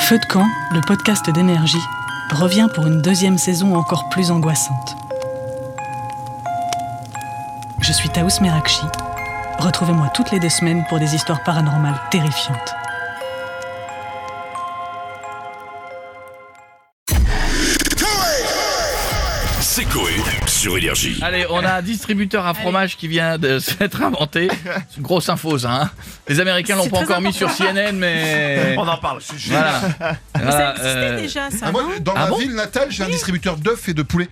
Feu de camp, le podcast d'énergie, revient pour une deuxième saison encore plus angoissante. Je suis Taous Merakchi. Retrouvez-moi toutes les deux semaines pour des histoires paranormales terrifiantes. C'est Coé sur Énergie. Allez, on a un distributeur à fromage qui vient de s'être inventé. C'est une grosse info, ça. hein. Les Américains l'ont C'est pas très encore mis sur CNN, mais. On en parle. Voilà. Ça Voilà, existait euh, déjà, ça. Ah, moi, non dans Ah ma bon ville natale, j'ai un distributeur d'œufs et de poulet.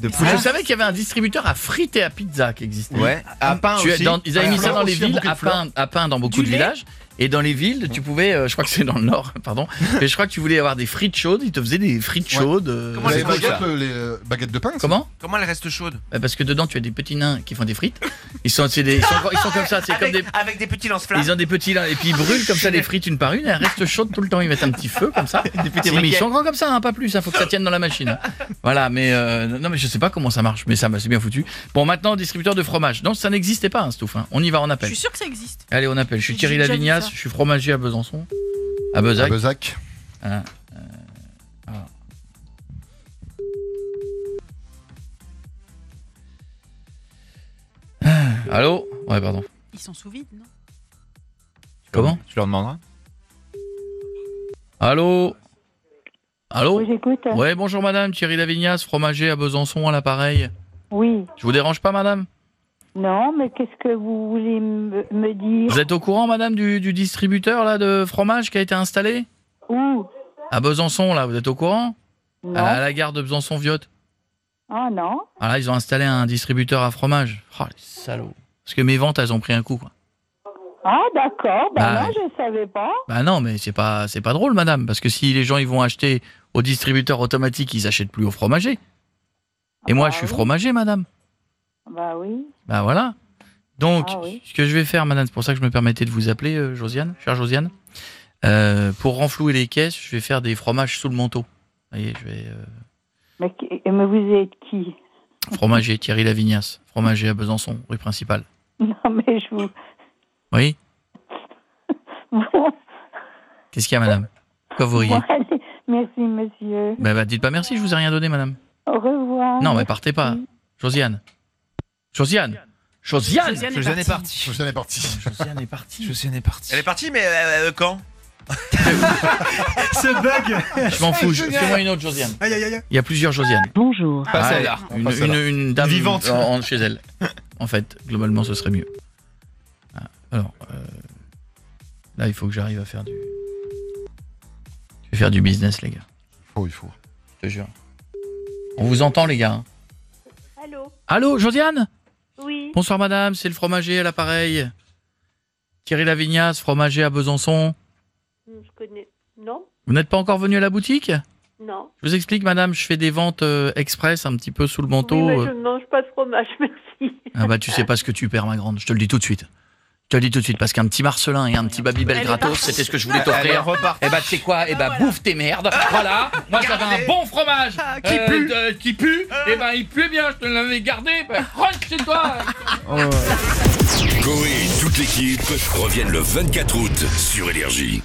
De Ah. Je savais qu'il y avait un distributeur à frites et à pizza qui existait. Ouais. À pain Tu es aussi. dans- ils avaient Ah, mis ça fleurs dans les aussi, un villes, bouquet de à fleurs. pain, à pain dans beaucoup Du de lait. villages. Et dans les villes, tu pouvais, euh, je crois que c'est dans le nord, pardon, mais je crois que tu voulais avoir des frites chaudes, ils te faisaient des frites Ouais. chaudes. euh, Comment Vous elle avez est bonne, baguettes, ça euh, les euh, baguettes de pain ça Comment Comment elle reste chaude Bah, Parce que dedans, tu as des petits nains qui font des frites. Ils sont, c'est des- ils sont, ils sont comme ça, c'est comme avec, des, avec des petits lance-flammes. Ils ont des petits là, et puis ils brûlent comme ça les frites une par une, elles restent chaudes tout le temps, ils mettent un petit feu comme ça. C'est- mais Ils briquets. sont grands comme ça, hein, pas plus, il faut que ça tienne dans la machine. Voilà, mais euh, non mais je sais pas comment ça marche, mais ça m'a- c'est bien foutu. Bon maintenant distributeur de fromage. Non, ça n'existait pas un stouff, hein. on y va, on Je appelle. suis sûr que ça existe. Allez, on appelle. Je suis J'ai Thierry déjà vu Lavignas, ça. je suis fromager à Besançon. À À Bezac. Bezac. Allô Ouais, pardon. Ils sont sous vide, non Comment Tu leur demanderas Allô Allô Oui, j'écoute. Ouais, bonjour madame, Thierry Lavignas, fromager à Besançon à l'appareil. Oui. Je vous dérange pas madame Non, mais qu'est-ce que vous voulez me, me dire Vous êtes au courant madame du, du distributeur là de fromage qui a été installé Où À Besançon, là, vous êtes au courant Non. À la gare de Besançon-Viotte. Ah non. Ah là, ils ont installé un distributeur à fromage. Oh, les salauds. Parce que mes ventes, elles ont pris un coup, quoi. Ah d'accord. Ben Ah, non, je ne savais pas. Bah non, mais c'est pas, c'est pas drôle, madame. Parce que si les gens, ils vont acheter au distributeur automatique, ils achètent plus au fromager. Et moi, Ah je suis oui. fromager, madame. Bah oui. Bah voilà. Donc, Ah oui. ce que je vais faire, madame, c'est pour ça que je me permettais de vous appeler, euh, Josiane, chère Josiane. Euh, pour renflouer les caisses, je vais faire des fromages sous le manteau. Vous voyez, je vais... euh, Mais, qui- mais vous êtes qui fromager Thierry Lavignas, fromager à Besançon, rue principale. Non, mais je vous. Oui Bon, Qu'est-ce qu'il y a, madame Pourquoi vous riez bon, allez. Merci, monsieur. bah, bah, dites pas merci, je vous ai rien donné, madame. Au revoir. Non, mais partez pas. Merci. Josiane. Josiane Josiane Josiane Josiane est partie. Je suis allé parti. Josiane est partie. Josiane est partie. Elle est partie, mais euh, euh, quand Je m'en fous, je- fais-moi une autre Josiane. Il y a plusieurs Josiane. Bonjour. Pas Ah, celle-là. Une, Pas une, celle-là. une dame Vivante. en- en- chez elle. En fait, globalement, ce serait mieux. Ah, Alors, euh, là, il faut que j'arrive à faire du. Je vais faire du business, les gars. Il faut, il faut. Je te jure. On vous entend, les gars. hein. Allô Allô, Josiane Oui. Bonsoir madame, c'est le fromager à l'appareil. Thierry Lavignas, fromager à Besançon. Je connais. Non Vous n'êtes pas encore venu à la boutique Non. Je vous explique madame, je fais des ventes euh, express un petit peu sous le manteau. euh. ne mange pas de fromage, merci. Ah bah tu sais pas ce que tu perds ma grande, je te le dis tout de suite. Je te le dis tout de suite parce qu'un petit Marcelin et un petit Babybel Elle est gratos, partie. c'était ce que je voulais Elle est t'offrir. repartie. Eh bah tu sais quoi Eh bah bouffe tes merdes. Voilà, moi j'avais un Gardez. bon fromage Ah, qui euh, pue. Euh. de- qui pue. Eh ben il pue bien, je te l'avais gardé. Bah, rentre chez toi. Coé et toute l'équipe reviennent le 24 août sur Énergie.